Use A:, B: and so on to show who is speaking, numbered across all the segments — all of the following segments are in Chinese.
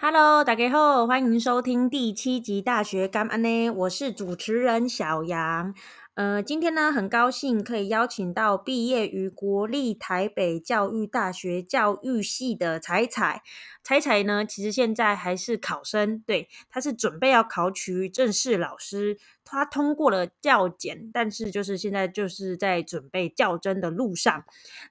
A: Hello，大家好，欢迎收听第七集《大学干安呢》，我是主持人小杨。呃，今天呢，很高兴可以邀请到毕业于国立台北教育大学教育系的彩彩。彩彩呢，其实现在还是考生，对，她是准备要考取正式老师。她通过了教检，但是就是现在就是在准备较真的路上。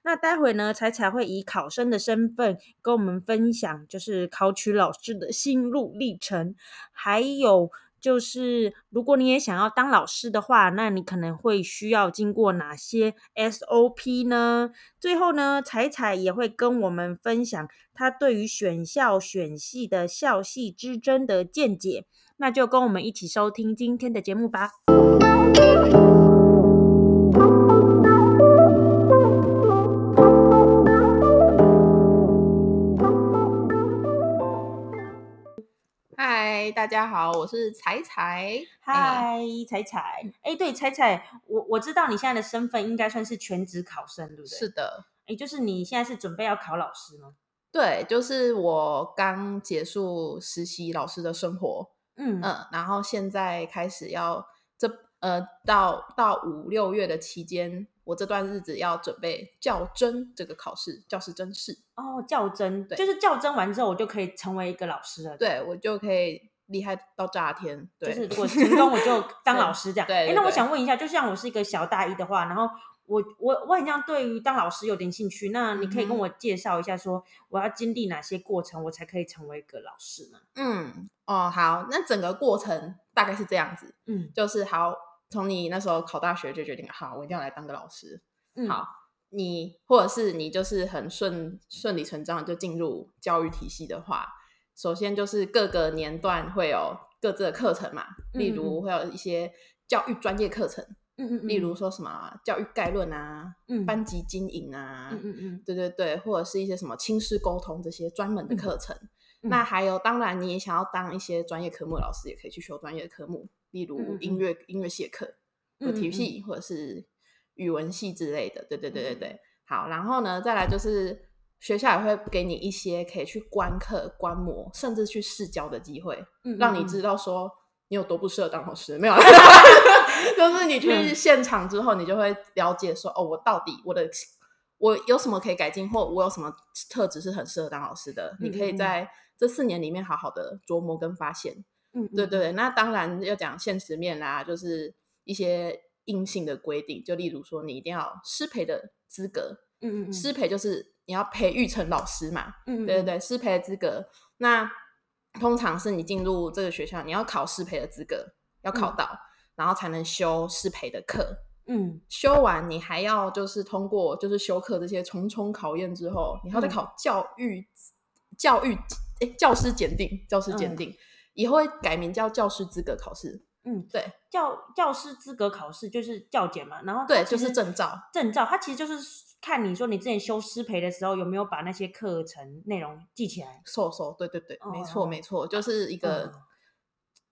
A: 那待会呢，彩彩会以考生的身份跟我们分享，就是考取老师的心路历程，还有就是如果你也想要当老师的话，那你可能会需要经过哪些 SOP 呢？最后呢，彩彩也会跟我们分享她对于选校选系的校系之争的见解。那就跟我们一起收听今天的节目吧。
B: 嗨，大家好，我是彩彩。哎嗯
A: 嗨，彩彩，哎、对，彩彩，我我知道你现在的身份应该算是全职考生，对不对？
B: 是，的，
A: 哎、就是你现在是准备要考老师吗？
B: 对，就是我刚结束实习老师的生活，
A: 嗯
B: 嗯，然后现在开始要这呃到到五六月的期间，我这段日子要准备教甄这个考试，教师甄试，
A: 哦，较真，
B: 对
A: 就是较真完之后，我就可以成为一个老师了。，
B: 对我就可以厉害到炸天。对，
A: 就是我成功，我就当老师这样。
B: 对
A: 哎、
B: 对
A: 那我
B: 对
A: 想问一下，就像我是一个小大一的话，然后我我我很像对于当老师有点兴趣，那你可以跟
B: 嗯哼
A: 我介绍一下说我要经历哪些过程，我才可以成为一个老师呢？
B: 嗯，哦，好，那整个过程大概是这样子，
A: 嗯
B: 就是好，从你那时候考大学就决定，好，我一定要来当个老师。
A: 嗯，
B: 好，你或者是你就是很顺顺理成章地就进入教育体系的话，首先就是各个年段会有各自的课程嘛，例
A: 嗯嗯嗯
B: 如会有一些教育专业课程，
A: 嗯，嗯嗯，
B: 例如说什么教育概论啊、
A: 嗯
B: 班级经营啊，
A: 嗯嗯嗯
B: 对对对，或者是一些什么亲师沟通这些专门的
A: 嗯
B: 课程。
A: 嗯
B: 那还有，当然你也想要当一些专业科目的老师，也可以去修专业的科目，
A: 嗯
B: 例
A: 嗯
B: 如
A: 嗯
B: 音乐、音乐系的课，
A: 嗯
B: 有体
A: 嗯
B: 育系或者是语文系之类的。对对对对对。好，然后呢，再来就是学校也会给你一些可以去观课、观摩，甚至去试教的机会，
A: 嗯，
B: 让你
A: 嗯
B: 知道说你有多不适合当老师。没有啦，啊 就是你去
A: 嗯
B: 现场之后，你就会了解说，哦，我到底我的我有什么可以改进，或我有什么特质是很适合当老师的。你可
A: 嗯嗯
B: 以
A: 嗯
B: 在这四年里面好好的琢磨跟发现。
A: 嗯，
B: 对
A: 嗯
B: 对，对，那当然要讲现实面啦，就是一些硬性的规定，就例如说你一定要师培的资格，
A: 嗯嗯嗯，
B: 师培就是你要培育成老师嘛，
A: 嗯，嗯
B: 对对，对，师培的资格。那通常是你进入这个学校，你要考师培的资格，要考
A: 嗯
B: 到，然后才能修师培的课。
A: 嗯
B: 修完你还要就是通过就是修课这些重重考验之后，你还要
A: 嗯
B: 再考教育、教育诶教师检定，教师检
A: 嗯
B: 定、以后会改名叫教师资格考试。
A: 嗯，
B: 对
A: 教教师资格考试就是教检嘛，然后它
B: 对，
A: 其
B: 就是
A: 实
B: 证照。
A: 证照，它其实就是看你说你之前修师培的时候有没有把那些课程内容记起来。
B: 瘦瘦，对对对，没
A: 哦
B: 错没错，就是一
A: 嗯
B: 个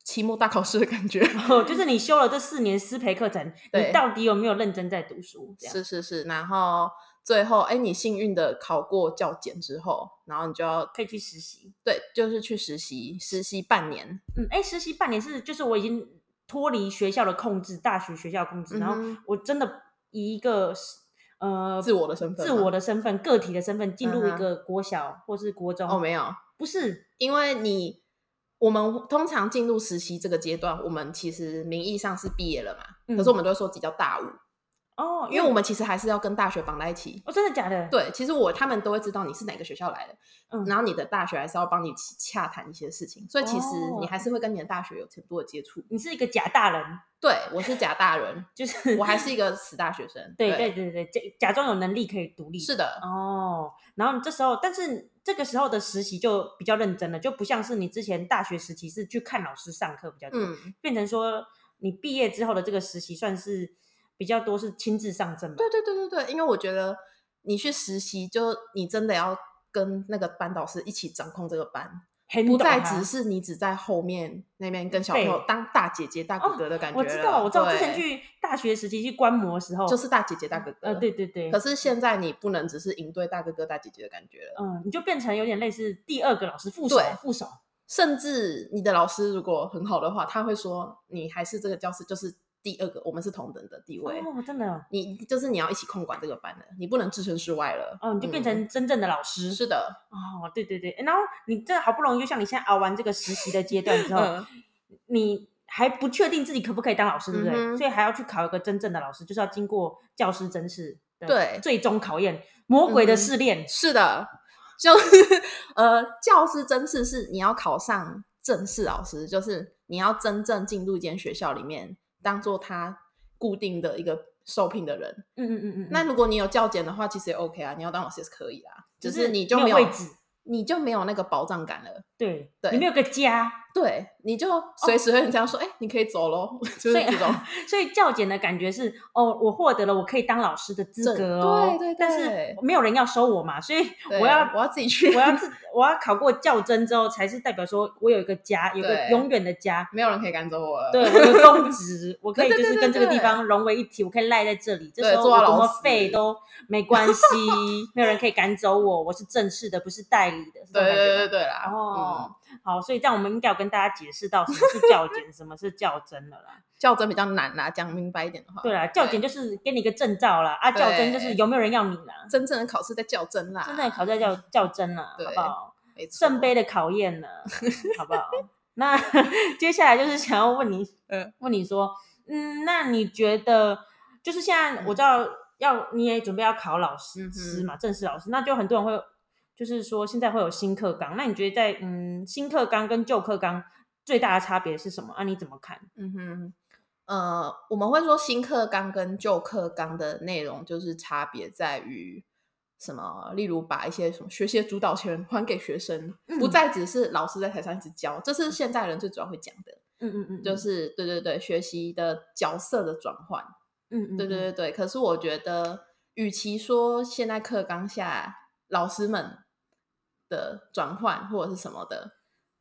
B: 期末大考试的感觉。
A: 哦，就是你修了这四年师培课程，你
B: 对
A: 到底有没有认真在读书？这样，
B: 是是是，然后最后哎，你幸运的考过教检之后，然后你就要
A: 可以去实习。
B: 对，就是去实习，实习半年，
A: 嗯，哎，实习半年是就是我已经脱离学校的控制，大学学校控制，然后
B: 嗯哼
A: 我真的以一个是呃
B: 自我的身份
A: 自
B: 吗
A: 我的身份、个体的身份进入一
B: 嗯哼
A: 个国小或是国中。
B: 哦没有，
A: 不是，
B: 因为你我们通常进入实习这个阶段，我们其实名义上是毕业了嘛，可是
A: 嗯
B: 我们都会说自己叫大五，
A: 哦，
B: 因为我们其实还是要跟大学绑在一起。
A: 哦，真的假的？，
B: 对，其实我他们都会知道你是哪个学校来的，
A: 嗯，
B: 然后你的大学还是要帮你洽谈一些事情，所以其实
A: 哦
B: 你还是会跟你的大学有程度的接触。
A: 你是一个假大人，
B: 对我是假大人，
A: 就是
B: 我还是一个死大学生。
A: 对对对对，假假装有能力可以独立。
B: 是的，
A: 哦，然后你这时候，但是这个时候的实习就比较认真了，就不像是你之前大学时期是去看老师上课比较多，
B: 嗯，
A: 变成说你毕业之后的这个实习算是比较多是亲自上阵吧。
B: 对对对对对，因为我觉得你去实习，就你真的要跟那个班导师一起掌控这个班，
A: 很
B: 不
A: 懂啊
B: 再只是你只在后面那边跟小朋友
A: 对
B: 当大姐姐大哥哥的感觉
A: 哦我
B: 了、
A: 知道，我知道，我之前
B: 对
A: 去大学时期去观摩的时候，
B: 就是大姐姐大哥哥。
A: 呃，对。对对，
B: 可是现在你不能只是应对大哥哥大姐姐的感觉了。
A: 嗯，你就变成有点类似第二个老师副手
B: 对
A: 副手，
B: 甚至你的老师如果很好的话，他会说你还是这个教室就是第二个，我们是同等的地位。
A: 哦，真的哦
B: 你就是你要一起控管这个班的，你不能置身事外了。
A: 哦，你就变成真正的老师、
B: 嗯是的，
A: 哦，对对对。诶然后你真的好不容易，就像你现在熬完这个实习的阶段之后，
B: 嗯，
A: 你还不确定自己可不可以当老师，对不对？
B: 嗯哼
A: 所以还要去考一个真正的老师，就是要经过教师甄试，
B: 对
A: 最终考验魔鬼的
B: 嗯
A: 试炼。
B: 是的，就呃，教师真试是你要考上正式老师，就是你要真正进入一间学校里面，当做他固定的一个受聘的人。
A: 嗯嗯嗯嗯，
B: 那如果你有教检的话，其实也 OK 啊，你要当老师也是可以啊，只
A: 只
B: 是你就
A: 没
B: 没有
A: 位置，
B: 你就没有那个保障感了。
A: 对，
B: 对
A: 你没有个家，
B: 对，你就随时会很这样说，哎、你可以走喽，
A: 哦
B: 就是
A: 所以
B: 这种。
A: 所以教检的感觉是，哦，我获得了我可以当老师的资
B: 这
A: 格哦，
B: 对对对
A: 但是没有人要收我嘛，所以
B: 对
A: 我要
B: 我要自己去，
A: 我要自我要考过教甄之后，才是代表说我有一个家，有个
B: 对
A: 永远的家。
B: 没有人可以赶走我了。
A: 对，我的 宗旨，我可以
B: 对
A: 就
B: 对
A: 是
B: 对
A: 跟这个
B: 对
A: 地方融为一体，我可以赖在这里，这
B: 对
A: 时候
B: 做
A: 我
B: 到
A: 多么
B: 老死
A: 废都没关系，没有人可以赶走我，我是正式的，不是代理的，是这
B: 对
A: 种感
B: 对
A: 觉吧
B: 对对对啦。
A: 哦
B: 哦，、
A: 好，所以这样我们应该有跟大家解释到什么是教 检，什么是教甄了啦。
B: 较真比较难啦，讲明白一点的话。
A: 对啦，教检就是给你一个证照啦，啊，教甄就是
B: 对
A: 有没有人要你啦，
B: 真正的考试在较真啦，
A: 真正的考在教教甄啦，好
B: 对
A: 不好？
B: 没错
A: 圣杯的考验呢，好 不好？那接下来就是想要问你，
B: 嗯
A: 问你说，嗯，那你觉得就是现在我知道要你也准备要考老师
B: 嗯哼
A: 师嘛，正式老师，那就很多人会就是说现在会有新课纲，那你觉得在嗯新课纲跟旧课纲最大的差别是什么啊？你怎么看？
B: 嗯哼，呃，我们会说新课纲跟旧课纲的内容就是差别在于什么？例如把一些什么学习的主导权还给学生，不
A: 嗯
B: 再只是老师在台上一直教，这是现在人最主要会讲的，
A: 嗯嗯嗯，
B: 就
A: 嗯
B: 是对对对，学习的角色的转换，
A: 嗯嗯，
B: 对对对对。可是我觉得，与其说现在课纲下老师们的转换或者是什么的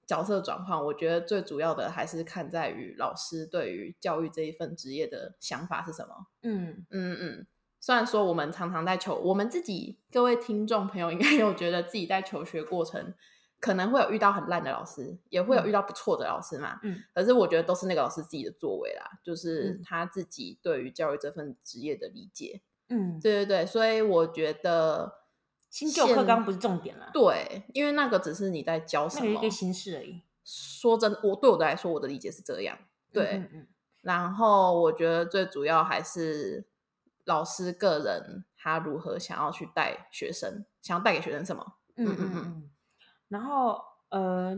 B: 角色转换，我觉得最主要的还是看在于老师对于教育这一份职业的想法是什么。
A: 嗯
B: 嗯嗯。虽然说我们常常在求，我们自己各位听众朋友应该 有觉得自己在求学过程可能会有遇到很烂的老师，也会有遇到不错的老师嘛。
A: 嗯，
B: 可是我觉得都是那个老师自己的作为啦，就是
A: 嗯
B: 他自己对于教育这份职业的理解。
A: 嗯，
B: 对对对，所以我觉得
A: 新旧课
B: 现
A: 纲不是重点啦，
B: 对，因为那个只是你在教
A: 那
B: 什
A: 个一
B: 么
A: 个。形式而已。
B: 说真的，我对我的来说，我的理解是这样。对，
A: 嗯嗯
B: 然后我觉得最主要还是老师个人他如何想要去带学生，想要带给学生什么。
A: 嗯
B: 嗯
A: 嗯
B: 嗯
A: 嗯。然后呃，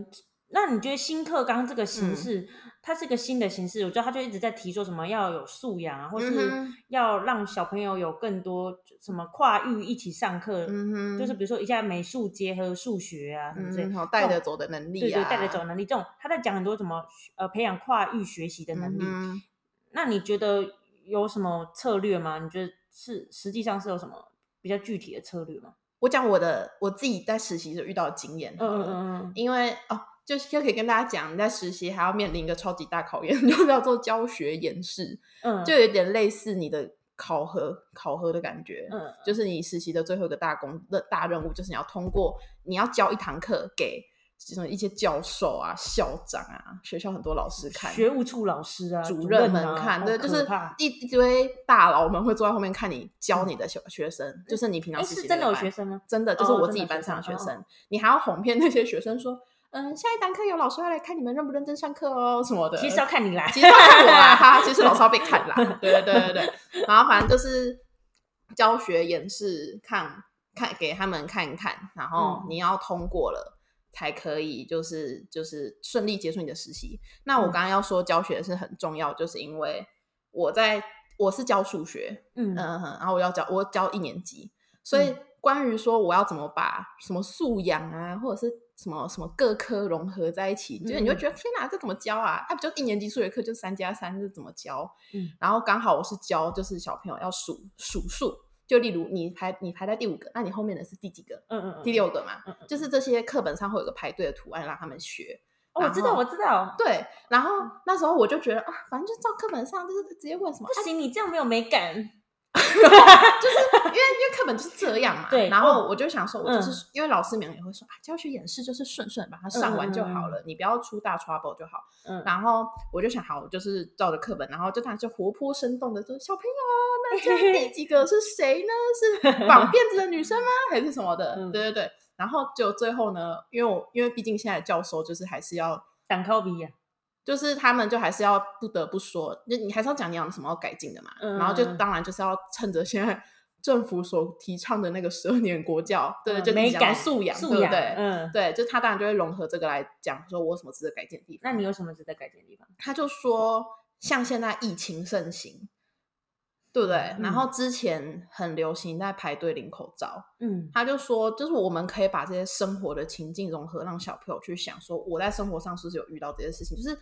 A: 那你觉得新课纲这个形
B: 嗯
A: 式，它是个新的形式？我觉得他就一直在提说什么要有素养啊，或
B: 嗯
A: 是
B: 哼
A: 要让小朋友有更多什么跨域一起上课，
B: 嗯哼，
A: 就是比如说一下美术结合数学啊什么之类
B: 嗯，
A: 的，
B: 好带
A: 这
B: 得
A: 种
B: 走的能力、啊，
A: 对对带得走能力这种，他在讲很多什么呃培养跨域学习的能力。
B: 嗯哼
A: 那你觉得有什么策略吗？你觉得是实际上是有什么比较具体的策略吗？
B: 我讲我的我自己在实习时候遇到的经验
A: 嗯
B: 好
A: 嗯
B: 了，
A: 嗯嗯。
B: 因为哦，就是就可以跟大家讲，你在实习还要面临一个超级大考验， 就叫做教学演示，
A: 嗯，
B: 就有点类似你的考核考核的感觉。
A: 嗯
B: 就是你实习的最后一个大工的大任务，就是你要通过，你要教一堂课给这种一些教授啊、校长啊、学校很多老师看，
A: 学务处老师啊，
B: 主
A: 任
B: 任们
A: 啊
B: 看，
A: 好
B: 对，就
A: 可
B: 是
A: 怕
B: 一一堆大佬们会坐在后面看你教你的小学生，就是你平
A: 哎，
B: 常实
A: 是
B: 习
A: 真的有
B: 班
A: 学生吗？
B: 真的就是
A: 哦
B: 我
A: 真
B: 自己
A: 的学
B: 班上的
A: 生
B: 学
A: 哦
B: 生，你还要哄骗那些学生说，嗯，下一堂课有老师要来看你们认不认真上课哦什么的。
A: 其实要看你来，
B: 其实要看我啦，哈，其实老师要被看啦。 对对对对对，然后反正就是教学演示，看看给他们看一看，然后
A: 嗯
B: 你要通过了。才可以，就是就是顺利结束你的实习。那我
A: 嗯
B: 刚刚要说教学是很重要，就是因为我在我是教数学，
A: 嗯
B: 嗯哼，然后我要教我教一年级，所以
A: 嗯
B: 关于说我要怎么把什么素养啊，或者是什么什么各科融合在一起，就是你会
A: 嗯
B: 觉得天哪，这怎么教啊？那、不就一年级数学课就三加三，这怎么教？
A: 嗯
B: 然后刚好我是教就是小朋友要数数数，就例如你排你排在第五个，那你后面的是第几个？
A: 嗯嗯，
B: 第
A: 嗯
B: 六个嘛
A: 嗯嗯，
B: 就是这些课本上会有个排队的图案让他们学。
A: 哦，我知道，
B: 然后
A: 我知道，
B: 对，啊然后那时候我就觉得啊，反正就照课本上，就是直接问什么
A: 不行，你这样没有美感。
B: 就是因为因为课本就是这样嘛。
A: 对哦
B: 然后我就想说，我就是、
A: 嗯
B: 因为老师们也会说啊，教学演示就是顺顺把它上完就好了，你不要出大 trouble 就好。
A: 嗯，
B: 然后我就想，好，我就是照着课本，然后就当然就活泼生动的说，小朋友，那这 样第几个是谁呢？是绑辫子的女生吗？还是什么的？
A: 嗯
B: 对对对。然后就最后呢，因为我因为毕竟现在的教授就是还是要，
A: 挡靠比啊呀，
B: 就是他们就还是要不得不说，就你还是要讲你有什么要改进的嘛。
A: 嗯
B: 然后就当然就是要趁着现在政府所提倡的那个十二年国教，对，
A: 嗯
B: 就
A: 美
B: 是讲
A: 感
B: 素养，
A: 素
B: 对
A: 养，
B: 不对？
A: 嗯，
B: 对，就他当然就会融合这个来讲，说我有什么值得改进的地方。
A: 那你有什么值得改进的地方？
B: 他就说，像现在疫情盛行，对不对？
A: 嗯
B: 然后之前很流行在排队领口罩，
A: 嗯
B: 他就说，就是我们可以把这些生活的情境融合，让小朋友去想说，我在生活上是不是有遇到这些事情，就是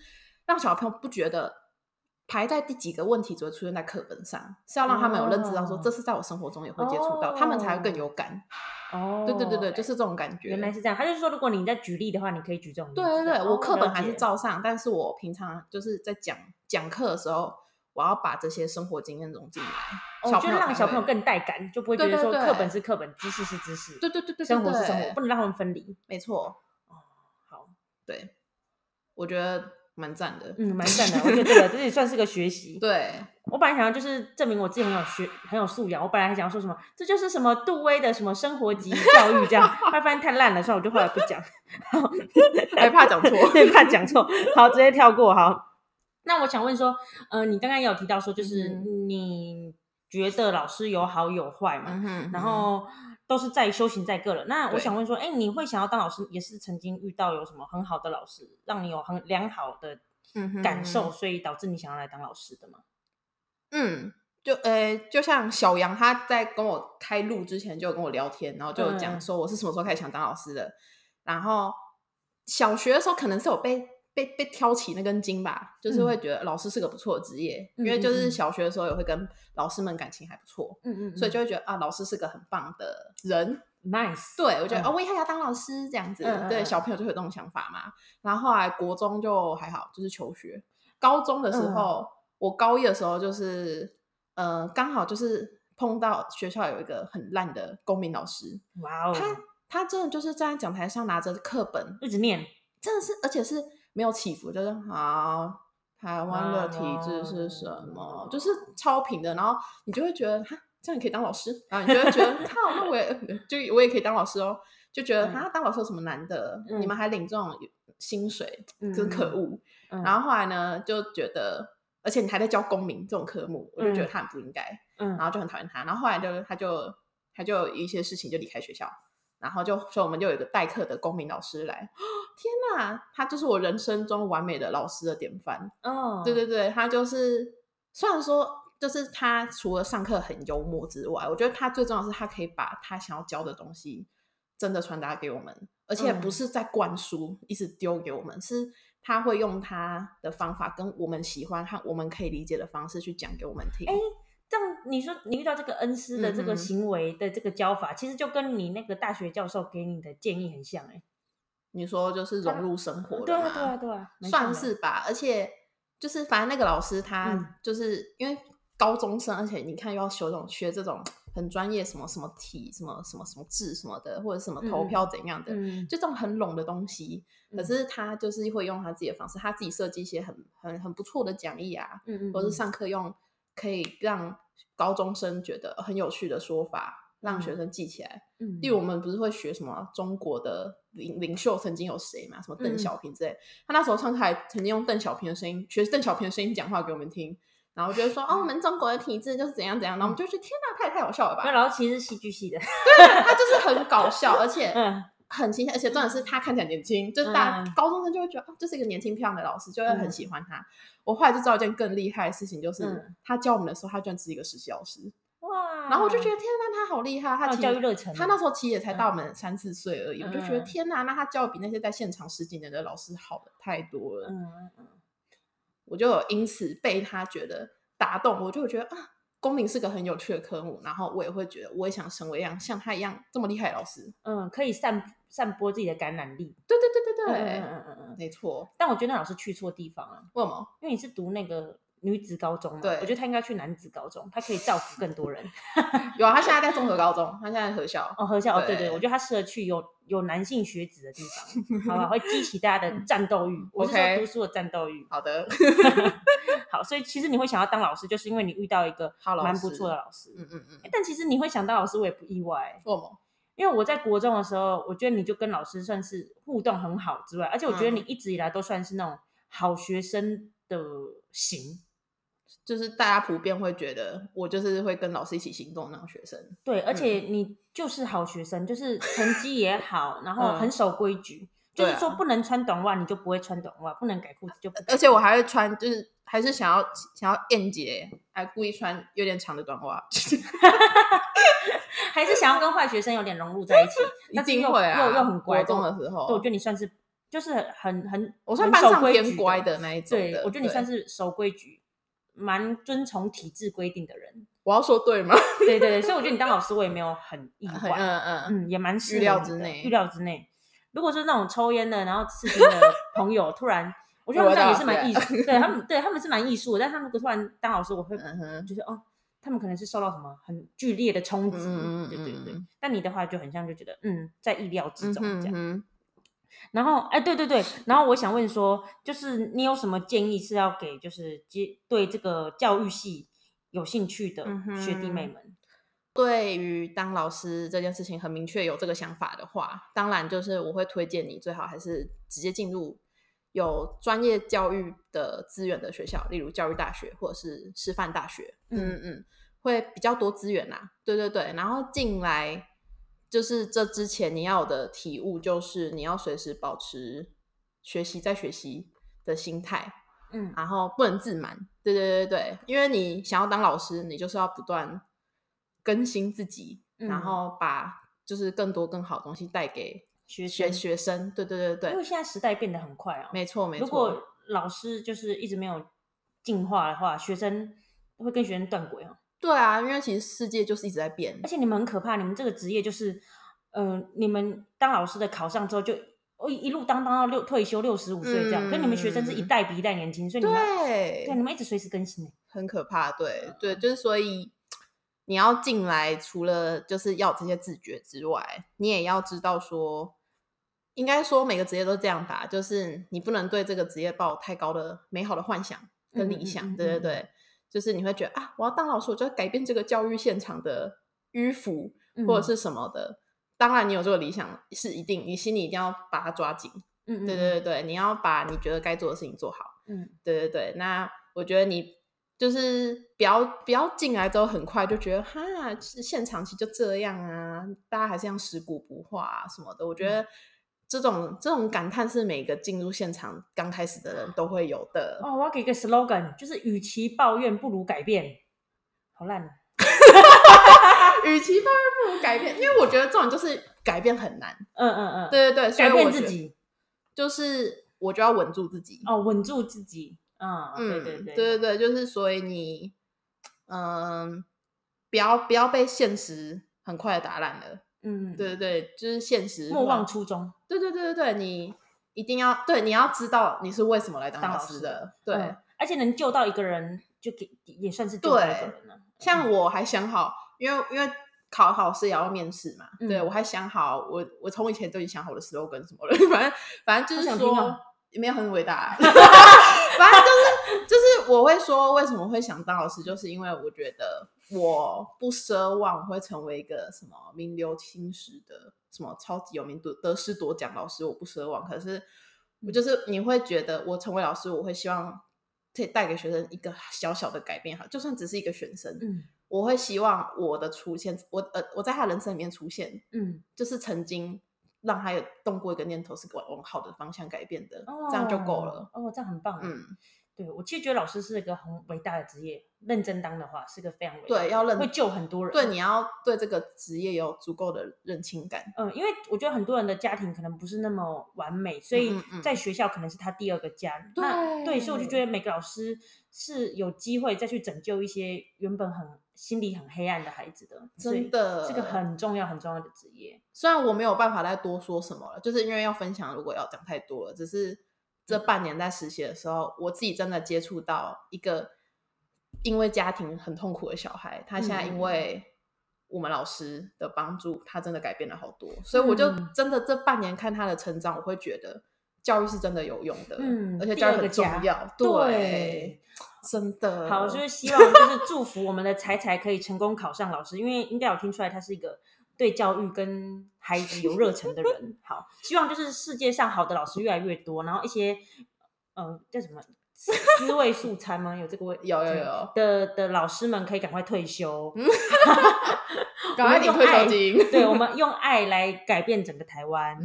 B: 让小朋友不觉得。排在第几个问题只会出现在课本上，是要让他们有认知到说
A: 哦
B: 这是在我生活中也会接触到，他们才会更有感。
A: 哦，
B: 对对对对，就是这种感觉。
A: 原来是这样。他就是说，如果你在举例的话，你可以举这种例子。
B: 对对对，
A: 哦
B: 我课本还是。
A: 了
B: 照上，但是我平常就是在讲讲课的时候，我要把这些生活经验融进来，
A: 解哦，就
B: 友
A: 让
B: 才
A: 小
B: 会
A: 朋友更带感，就不会觉
B: 对
A: 得
B: 对
A: 说
B: 对
A: 课本是课本，知识是知识，
B: 对对对对，对
A: 生活是生活，
B: 对
A: 不能让他们分离。
B: 没错，
A: 好，
B: 对，我觉得蛮赞的，
A: 嗯，蛮赞的。我觉得这个这也算是个学习。
B: 对，
A: 我本来想要就是证明我自己很有学很有素养，我本来还想要说什么，这就是什么杜威的什么生活级教育这样，后来发现太烂了，所以我就后来不讲，
B: 还哎怕 讲错
A: 对，怕讲错，好，直接跳过。好，那我想问说，呃，你刚刚也有提到说，就是
B: 嗯
A: 你觉得老师有好有坏嘛？
B: 嗯哼，
A: 然后都是在修行在个人。那我
B: 对
A: 想问说，哎，你会想要当老师，也是曾经遇到有什么很好的老师，让你有很良好的
B: 嗯哼
A: 感受，所以导致你想要来当老师的吗？
B: 嗯，就呃，就像小杨他在跟我开录之前就有跟我聊天，然后就有讲
A: 嗯
B: 说我是什么时候开始想当老师的。然后小学的时候可能是有被被被挑起那根筋吧，就是会觉得老师是个不错的职业，因为就
A: 嗯嗯
B: 是
A: 嗯
B: 小学的时候也会跟老师们感情还不错，
A: 嗯嗯
B: 所以就会觉得啊，老师是个很棒的人。
A: nice。
B: 对我觉得、
A: 嗯
B: 哦，我以后要当老师这样子，
A: 嗯嗯嗯
B: 对小朋友就会有这种想法嘛。然后后来国中就还好，就是求学。高中
A: 嗯
B: 的时候，我高一的时候就是呃，刚好就是碰到学校有一个很烂的公民老师，
A: 哇哦，
B: 他他真的就是站在讲台上拿着课本，
A: 一直念，
B: 真的是而且是没有起伏，就是好。台湾的体制是什么
A: 哦
B: 就是超平的，然后你就会觉得哈，这样你可以当老师，然后你就会觉 得靠，那我也就我也可以当老师哦，就觉得
A: 嗯
B: 哈，当老师有什么难的？你们
A: 嗯
B: 还领这种薪水，真
A: 嗯
B: 可恶。
A: 嗯
B: 然后后来呢，就觉得，而且你还在教公民这种科目，我就觉得
A: 嗯
B: 他很不应该，
A: 嗯
B: 然后就很讨厌他。然后后来就他就他就有一些事情就离开学校，然后就所以我们就有一个代课的公民老师来， 天哪，他就是我人生中完美的老师的典范。
A: 哦，
B: 对对对，他就是虽然说。就是他除了上课很幽默之外，我觉得他最重要的是他可以把他想要教的东西真的传达给我们，而且不
A: 嗯
B: 是在灌输，一直丢给我们，是他会用他的方法跟我们喜欢和我们可以理解的方式去讲给我们听。
A: 哎这样你说你遇到这个恩师的这
B: 嗯
A: 个
B: 嗯
A: 行为的这个教法，其实就跟你那个大学教授给你的建议很像哎、
B: 你说就是融入生活了
A: 对啊
B: 嘛
A: 对啊对 啊，蛮像
B: 算
A: 的
B: 是吧。而且就是反正那个老师他
A: 嗯
B: 就是、因为高中生，而且你看又要学这种学这种很专业什么什么体什么什么什么制什么的，或者什么投
A: 嗯嗯
B: 票怎样的，
A: 嗯
B: 就这种很拢的东西。可
A: 嗯
B: 是他就是会用他自己的方式，他自己设计一些很很很不错的讲义啊，
A: 嗯嗯，
B: 或是
A: 嗯
B: 上课用可以让高中生觉得很有趣的说法，让学
A: 嗯
B: 生记起来。
A: 嗯
B: 例如我们不是会学什么中国的领领袖曾经有谁嘛，什么邓
A: 嗯
B: 小平之类。他那时候上台曾经用邓小平的声音，学邓小平的声音讲话给我们听，然后就会说哦，我们中国的体制就是怎样怎样，然后我们就觉得天哪，太太好笑了
A: 那
B: 吧？
A: 老师其实是戏剧 系的，
B: 他就是很搞笑，而且
A: 嗯
B: 很新鲜，而且重点是他看起来年轻，就是大、
A: 嗯
B: 高中生就会觉得啊，这是一个年轻漂亮的老师，就会很喜欢他。我后来就知道一件更厉害的事情，就是、
A: 嗯
B: 他教我们的时候，他居然是一个实习老师，
A: 哇，
B: 然后我就觉得天哪，他好厉害，他
A: 他有
B: 其实
A: 教育热忱啊，
B: 他那时候其实也才到我们三四岁而已，我就觉得
A: 嗯
B: 天哪，那他教比那些在现场十几年的老师好的太多了。
A: 嗯嗯
B: 我就有因此被他觉得打动，我就觉得啊，公民是个很有趣的科目，然后我也会觉得我也想成为一样像他一样这么厉害的老师。
A: 嗯，可以散散播自己的感染力，
B: 对对对对
A: 嗯
B: 对，
A: 嗯嗯嗯嗯嗯，
B: 没错。
A: 但我觉得那老师去错地方了、啊
B: 为什么？
A: 因为你是读那个女子高中嘛，
B: 对
A: 我觉得他应该去男子高中，他可以造福更多人。
B: 有啊，他现在在综合高中，他现在在合校。
A: 哦，合校哦，对对，
B: 对
A: 我觉得他适合去有有男性学子的地方，好吧， 会激起大家的战斗欲，我是说
B: 嗯 OK
A: 读书的战斗欲。
B: 好的，
A: 好，所以其实你会想要当老师，就是因为你遇到一个
B: 好老
A: 蛮不
B: 师
A: 错的老师。
B: 嗯嗯嗯，
A: 诶但其实你会想当老师，我也不意外，
B: 我吗？
A: 因为我在国中的时候，我觉得你就跟老师算是互动很好之外，而且我觉
B: 嗯
A: 得你一直以来都算是那种好学生的型。
B: 就是大家普遍会觉得我就是会跟老师一起行动那种学生。
A: 对，而且
B: 嗯
A: 你就是好学生，就是成绩也好，然后
B: 嗯
A: 很守规矩，就
B: 对啊
A: 是说不能穿短袜你就不会穿短袜，不能改裤子就不改裤子。
B: 而且我还会穿，就是还是想要想要艳杰，还故意穿有点长的短袜。，
A: 还是想要跟坏学生有点融入在一起
B: 一
A: 但是
B: 定
A: 又
B: 会啊，
A: 又又很乖。
B: 国中的
A: 对
B: 时
A: 我
B: 候
A: 觉，得你算是就是很很很，
B: 我算
A: 很
B: 班
A: 守
B: 上
A: 规
B: 偏
A: 矩
B: 乖。的那一种
A: 对
B: 的，
A: 我觉得你算
B: 对
A: 是守规矩，蛮遵从体制规定的人。
B: 我要说对吗？
A: 对对对，所以我觉得你当老师我也没有很意
B: 很
A: 外，
B: 嗯嗯，
A: 嗯，也蛮适合
B: 预料
A: 你的
B: 之内
A: 预料之内。如果是那种抽烟的，然后刺青 的朋友，突然。我觉得他们这样也是蛮艺术，对他们，对他们是蛮艺术的。但他们如果突然当老师，我会
B: 嗯哼，
A: 就是哦，他们可能是受到什么很剧烈的冲击，
B: 嗯嗯嗯
A: 对对对
B: 嗯。
A: 但你的话就很像就觉得嗯，在意料之
B: 嗯
A: 中这
B: 哼
A: 样。
B: 哼，
A: 然后哎，对对对，然后我想问说，就是你有什么建议是要给就是接对这个教育系有兴趣的
B: 嗯哼
A: 学弟妹们？
B: 对于当老师这件事情很明确有这个想法的话，当然就是我会推荐你最好还是直接进入有专业教育的资源的学校，例如教育大学或者是师范大学。
A: 嗯
B: 嗯嗯，会比较多资源啦。对对对，然后进来就是这之前你要有的体悟就是你要随时保持学习再学习的心态，
A: 嗯
B: 然后不能自满。对对对对，因为你想要当老师，你就是要不断更新自己，然
A: 嗯
B: 后把就是更多更好的东西带给
A: 学
B: 学
A: 生，
B: 学生。对对对
A: 因为
B: 对，
A: 现在时代变得很快啊。
B: 没错没
A: 如
B: 错。
A: 果老师就是一直没有进化的话，学生会跟学生断轨哦。
B: 对啊，因为其实世界就是一直在变
A: 而。且你们很可怕，你们这个职业就是，嗯、你们当老师的考上之后就哦一路当当到六退休六十五岁这样，跟你们学生是一
B: 嗯
A: 代比一代年轻，所以你们要
B: 对
A: 对你们一直随时更新欸
B: 很可怕。对对，
A: 嗯
B: 就是所以你要进来，除了就是要有这些自觉之外，你也要知道说，应该说每个职业都这样吧，就是你不能对这个职业抱有太高的美好的幻想跟理想。
A: 嗯嗯嗯
B: 对对
A: 嗯
B: 对，就是你会觉得啊，我要当老师，我就要改变这个教育现场的迂腐
A: 嗯
B: 或者是什么的。当然，你有这个理想是一定，你心里一定要把它抓紧。
A: 嗯嗯
B: 对对对对，你要把你觉得该做的事情做好。
A: 嗯
B: 对对对，那我觉得你就是不要不要进来之后很快就觉得哈，是现场其实就这样啊，大家还是这样食古不化、啊、什么的。我觉得这种这种感叹是每个进入现场刚开始的人都会有的。
A: 哦，我要给一个 slogan，就是与其抱怨，不如改变。好烂啊！
B: 与其反而不如改变，因为我觉得这种就是改变很难。
A: 嗯嗯嗯，，
B: 对对对，所以
A: 改变
B: 我
A: 自
B: 觉
A: 己
B: 就是我就要稳住自己。
A: 哦，稳住自己。嗯，对
B: 嗯，
A: 对对，
B: 对对就是所以你，嗯，不要不要被现实很快的打烂了。
A: 嗯
B: 对对，对，就是现实。
A: 莫忘。初衷。
B: 对对对对对，你一定要对，你要知道你是为什么来当
A: 当
B: 老
A: 老
B: 师
A: 师
B: 的。对，
A: 嗯而且能救到一个人，就给也算是救到一个
B: 对
A: 人了。
B: 像我还想好，因为因为考好试也要面试嘛，
A: 嗯
B: 对我还想好，我我从以前都已经想好我的 slogan 什么了，反正反正就
A: 好
B: 是
A: 想听
B: 说
A: 啊。
B: 没有很伟大、 反正就是就是我会说为什么会想当老师，就是因为我觉得我不奢望我会成为一个什么名留青史的什么超级有名得得师夺奖老师，我不奢望。可
A: 嗯
B: 是我就是你会觉得我成为老师，我会希望可以带给学生一个小小的改变，哈，就算只是一个学生，
A: 嗯
B: 我会希望我的出现，我呃我在他人生里面出现，
A: 嗯，
B: 就是曾经让他有动过一个念头，是往往好的方向改变的，这样就够了。
A: 哦。哦，这样很棒。嗯，
B: 嗯，
A: 对我其实觉得老师是一个很伟大的职业，认真当的话是个非常伟大的
B: 对，要认
A: 会救很多人。
B: 对，你要对这个职业有足够的认清感。
A: 嗯，因为我觉得很多人的家庭可能不是那么完美，所以
B: 嗯嗯
A: 在学校可能是他第二个家。那对，所以我就觉得
B: 对
A: 每个老师是有机会再去拯救一些原本很心里很黑暗的孩子的，所以
B: 真的
A: 是个很重要很重要的职业。
B: 虽然我没有办法再多说什么了，就是因为要分享，如果要讲
A: 嗯
B: 太多了，只是这半年在实习的时候，我自己真的接触到一个因为家庭很痛苦的小孩，他现在因
A: 嗯
B: 为我们老师的帮助，他真的改变了好多。所以我就
A: 嗯
B: 真的这半年看他的成长，我会觉得教育是真的有用的，
A: 嗯
B: 而且
A: 第
B: 教育
A: 二个
B: 很重
A: 家
B: 要，
A: 对
B: 对，真 的。
A: 好，就是希望就是祝福我们的彩彩可以成功考上老师，因为应该有听出来他是一个对教育跟孩子有热忱的人。好，希望就是世界上好的老师越来越多，然后一些呃叫什么思思维素餐吗？有这个味
B: 有有有，嗯
A: 的的老师们可以赶快退休，
B: 赶快领退
A: 我们用爱
B: 休金。
A: 对我们用爱来改变整个台湾。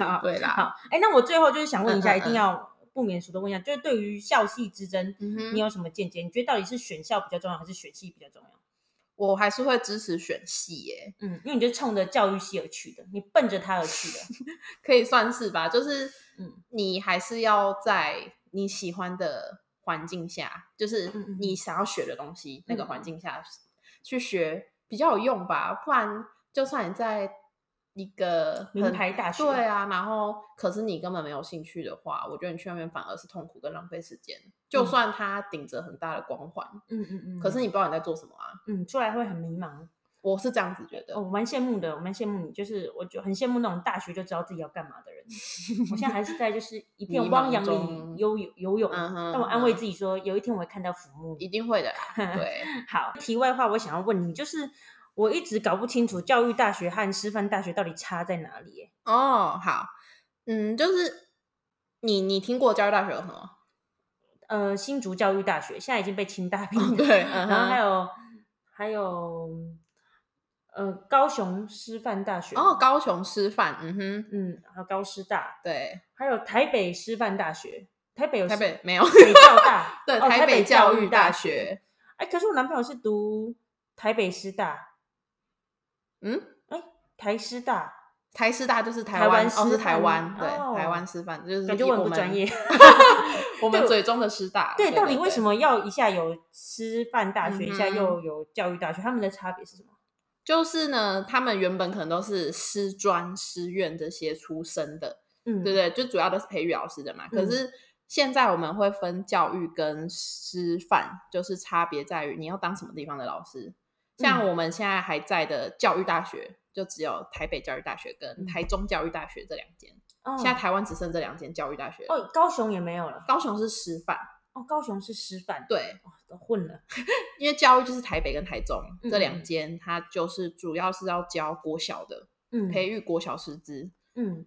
A: 好，
B: 对啦，
A: 好，哎，那我最后就是想问一下，
B: 嗯嗯
A: 一定要不免俗的问一下，就是对于校系之争，
B: 嗯哼
A: 你有什么见解？你觉得到底是选校比较重要，还是选系比较重要？
B: 我还是会支持选系耶，
A: 嗯，因为你就是冲着教育系而去的，你奔着它而去的。
B: 可以算是吧。就是
A: 嗯
B: 你还是要在你喜欢的环境下，就是
A: 嗯嗯
B: 你想要学的东西、那个环
A: 嗯
B: 境下去学比较有用吧。不然，就算你在一个
A: 名
B: 很
A: 牌大学
B: 对啊，然后可是你根本没有兴趣的话，我觉得你去那边反而是痛苦跟浪费时间。就
A: 嗯
B: 算它顶着很大的光环，
A: 嗯嗯嗯
B: 可是你不知道你在做什么啊。
A: 嗯出来会很迷茫。
B: 我是这样子觉得。
A: 哦，我蛮羡慕的，我蛮羡慕你，就是我就很羡慕那种大学就知道自己要干嘛的人。我现在还是在就是一片
B: 迷茫
A: 汪洋里
B: 中
A: 游游游泳，
B: 嗯哼
A: 但我安慰
B: 嗯
A: 自己说，有一天我会看到浮木。
B: 一定会的啦，对，
A: 好，题外话，我想要问你，就是我一直搞不清楚教育大学和师范大学到底差在哪里耶。
B: 哦，好，嗯，就是你你听过教育大学有什么？
A: 呃，新竹教育大学现在已经被清大并了，
B: 对嗯
A: 然后
B: 哼
A: 还有还有呃高雄师范大学
B: 哦，，高雄师范，嗯哼，
A: 嗯，还有高师大，
B: 对，
A: 还有台北师范大学，台北有
B: 台
A: 师
B: 北没有，，
A: 北教大
B: 对，
A: 哦、台
B: 北
A: 教
B: 育
A: 大
B: 大。学，
A: 哎，可是我男朋友是读台北师大，
B: 嗯，
A: 哎，台师大，
B: 台师大就是台
A: 台湾
B: 湾，哦，
A: 师
B: 是台
A: 范
B: 湾，对，
A: 哦
B: 台湾师范，就是
A: 感觉
B: 以
A: 我很
B: 我
A: 不
B: 们
A: 专业
B: 我
A: 对
B: 们嘴中的师大，
A: 对，到底为什
B: 么？
A: 么要一下有师范大学，一下
B: 嗯哼
A: 又有教育大学？他们的差别是什么？
B: 就是呢，他们原本可能都是师专、师院这些出身的，
A: 嗯，
B: 对不对？就主要都是培育老师的嘛。可
A: 嗯
B: 是现在我们会分教育跟师范，就是差别在于你要当什么地方的老师。像
A: 嗯
B: 我们现在还在的教育大学，就只有台北教育大学跟
A: 嗯
B: 台中教育大学这两间。
A: 哦，
B: 现在台湾只剩这两间教育大学，
A: 哦，高雄也没有了。
B: 高雄是师范，
A: 哦，高雄是师范，
B: 对，
A: 哦，都混了。
B: 因为教育就是台北跟台中
A: 嗯
B: 这
A: 嗯
B: 两间，它就是主要是要教国小的，
A: 嗯，
B: 培育国小师资。
A: 嗯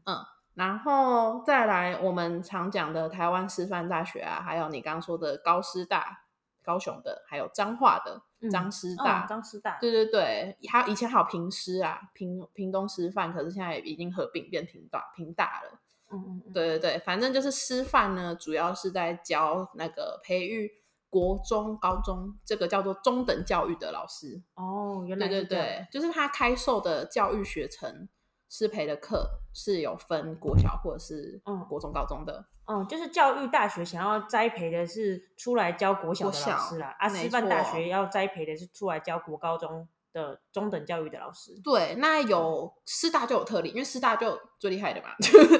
B: 然后再来，我们常讲的台湾师范大学啊，还有你刚刚说的高师大、高雄的，还有彰化的
A: 嗯
B: 彰师
A: 哦
B: 大，
A: 张师大，
B: 对对对，还有以前还有平师啊，平屏东师范，可是现在已经合并变平大平大了。
A: 嗯嗯嗯，
B: 对对对，反正就是师范呢，主要是在教那个培育国中、高中这个叫做中等教育的老师。
A: 哦，原来
B: 对对
A: 是这样，
B: 对，就是他开售的教育学程师培的课是有分国小或者是
A: 嗯
B: 国中、高中的。
A: 哦，就是教育大学想要栽培的是出来教国小的
B: 国
A: 老
B: 小
A: 师啦，啊，
B: 没
A: 师范大
B: 错
A: 学要栽培的是出来教国高中的中等教育的老师。
B: 对，那有师大就有特例，因为师大就有最厉害的嘛，师
A: 你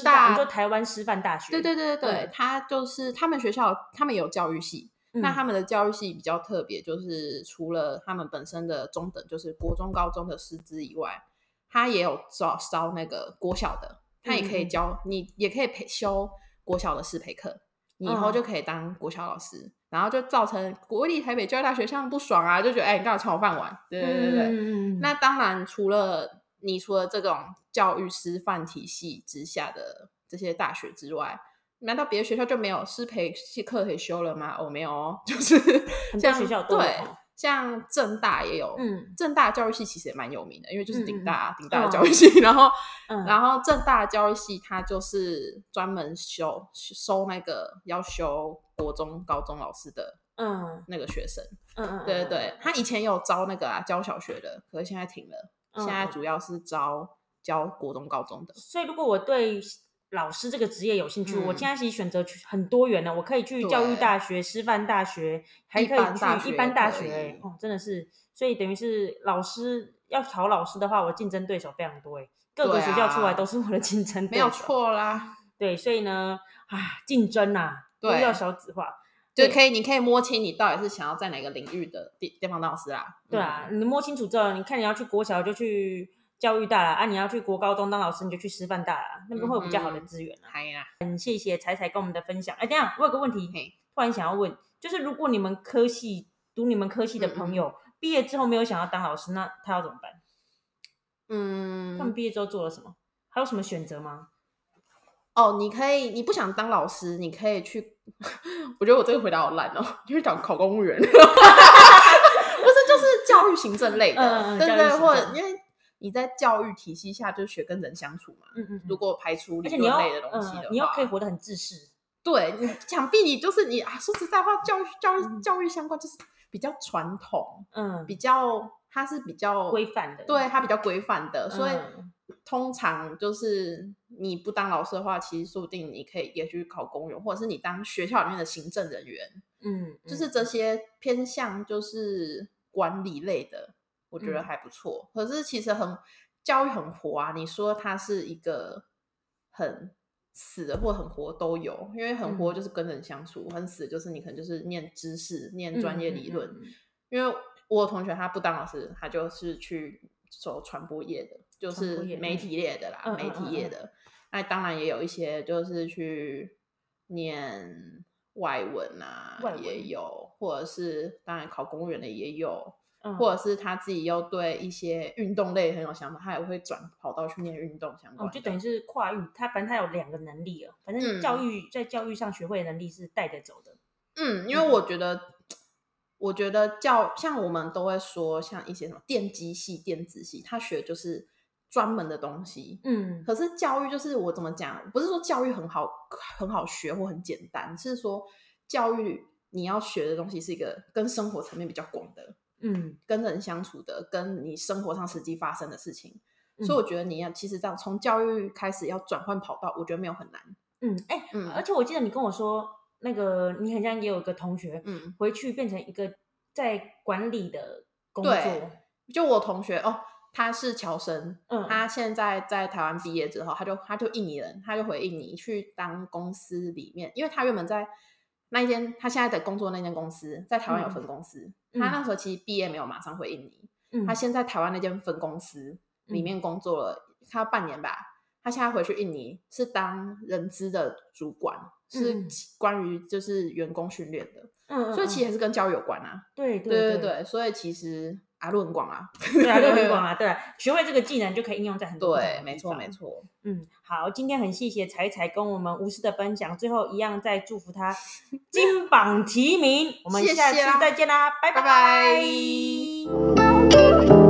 A: 说
B: 大。
A: 台湾师范大学，
B: 对对对对对
A: 嗯，
B: 他就是他们学校，他们有教育系，
A: 嗯，
B: 那他们的教育系比较特别，就是除了他们本身的中等，就是国中、高中的师资以外，他也有招招那个国小的，他也
A: 嗯
B: 可
A: 嗯
B: 以
A: 嗯
B: 教、你，也可以培修国小的师培课，你以后
A: 嗯
B: 就可以当国小老师，然后就造成国立台北教育大学像不爽啊，就觉得哎、你干嘛抢我饭碗？对对对对对。
A: 嗯嗯嗯
B: 那当然，除了你除了这种教育师范体系之下的这些大学之外，难道别的学校就没有师培系课可以修了吗？哦，没有哦， 就是
A: 很多
B: 像
A: 学校都有
B: 对
A: 哦，
B: 像正大也有，
A: 嗯
B: 正大教育系其实也蛮有名的，因为就是
A: 嗯嗯
B: 顶大顶、
A: 嗯
B: 大的教育系， 然后
A: 嗯，
B: 然后正大的教育系它就是专门修收那个要修国中高中老师的
A: 嗯
B: 那个学生，
A: 嗯嗯，
B: 对对
A: 嗯
B: 对，，他以前有招那个啊教小学的，可是现在停了。
A: 嗯
B: 现在
A: 嗯
B: 主要是招教国中、高中的。
A: 所以如果我对老师这个职业有兴趣，
B: 嗯
A: 我现在其实选择去很多元的，我可以去教育
B: 对
A: 大学、师范大学，还
B: 一
A: 可
B: 般大
A: 以去
B: 学
A: 一
B: 也
A: 般大
B: 可
A: 学、
B: 以
A: 哦，真的是，所以等于是老师要考老师的话，我竞争对手非常多哎，各个
B: 对
A: 学校出来
B: 啊
A: 都是我的竞争
B: 没
A: 对手，
B: 有错啦，
A: 对，所以呢，啊，竞争呐、啊，
B: 对
A: 要少子化。
B: 就
A: 对
B: 可以，你可以摸清你到底是想要在哪个领域的地地方当老师啦。嗯
A: 对啊，你摸清楚之后，你看你要去国小就去教育大啦，啊，你要去国高中当老师你就去师范大啦，那边会有比较好的
B: 嗯哼
A: 资源
B: 嗯，
A: 啊。
B: 嗨呀，
A: 很谢谢彩彩跟我们的分享。哎，等一下我有个问题，
B: 嘿，
A: 突然想要问，就是如果你们科系读你们科系的朋友、毕业之后没有想要当老师，那他要怎么办？
B: 嗯，
A: 他们毕业之后做了什么？还有什么选择吗？
B: 哦，你可以，你不想当老师，你可以去。 我觉得我这个回答好烂哦，就是找考公务员， 不是就是教育行政类的，
A: 嗯嗯嗯
B: 对
A: 教
B: 不
A: 育
B: 对？
A: 行
B: 或者
A: 政
B: 因为你在教育体系下就是学跟人相处嘛，
A: 嗯嗯
B: 如果排除
A: 而
B: 理
A: 且你要
B: 论类的东西
A: 嗯
B: 的话，，
A: 你要可以活得很自私。
B: 对你想必你就是你啊，说实在话，教育教育教育相关就是比较传统，
A: 嗯，
B: 比较它是比较
A: 规范的。
B: 对它比较规范的，所以
A: 嗯
B: 通常就是你不当老师的话，其实说不定你可以也去考公务员，或者是你当学校里面的行政人员，
A: 嗯，
B: 就是
A: 嗯
B: 这些偏向就是管理类的，我觉得
A: 嗯
B: 还不错。可是其实很教育很活啊，你说它是一个很。死的或很活都有，因为很活
A: 嗯
B: 就是跟人相处，很死就是你可能就是念知识、念专业理论，
A: 嗯嗯嗯嗯
B: 因为我有同学他不当老师，他就是去走传播业的，就
A: 传
B: 是
A: 播业
B: 媒体业的啦，
A: 嗯嗯
B: 媒体业的。那当然也有一些就是去念外文啊，
A: 外文
B: 也有，或者是当然考公务员的也有，
A: 嗯
B: 或者是他自己又对一些运动类很有想法，他也会转跑道去念运动相关
A: 哦，
B: 的。
A: 就等于是跨域，他反正他有两个能力了，反正
B: 嗯
A: 教育、在教育上学会的能力是带着走的。
B: 嗯，因为我觉得，我觉得教像我们都会说，像一些什么电机系、电子系，他学就是专门的东西。
A: 嗯
B: 可是教育就是我怎么讲，不是说教育很好很好学或很简单，是说教育你要学的东西是一个跟生活层面比较广的，
A: 嗯，
B: 跟人相处的，跟你生活上实际发生的事情。所以我觉得你要其实这样从教育开始要转换跑道，我觉得没有很难。
A: 嗯，哎、
B: 嗯
A: 而且我记得你跟我说，那个你很像也有一个同学
B: 嗯，
A: 回去变成一个在管理的工作，
B: 对就我同学哦，他是侨生，
A: 嗯
B: 他现在在台湾毕业之后，他就他就印尼人，他就回印尼去当公司里面，因为他原本在那一间他现在的工作那间公司在台湾有分公司，
A: 嗯
B: 他那时候其实毕业没有马上回印尼，
A: 嗯，
B: 他先在台湾那间分公司里面工作了，他半年吧。他现在回去印尼是当人资的主管，
A: 嗯嗯
B: 是关于就是员工训练的，
A: 嗯，嗯
B: 所以其实
A: 嗯
B: 还是跟教育有关啊。
A: 对对
B: 对对
A: 对
B: 对，所以其实啊，路很广啊，
A: 对 啊，六很广啊，对啊，学会这个技能就可以应用在很多不同的
B: 对，没
A: 地
B: 错
A: 方
B: 没错。
A: 嗯，好，今天很谢谢彩彩跟我们无私的分享，最后一样再祝福她金榜题名。我们
B: 谢谢啊
A: 下次
B: 啦
A: 再见啦，拜
B: 拜
A: 拜
B: 拜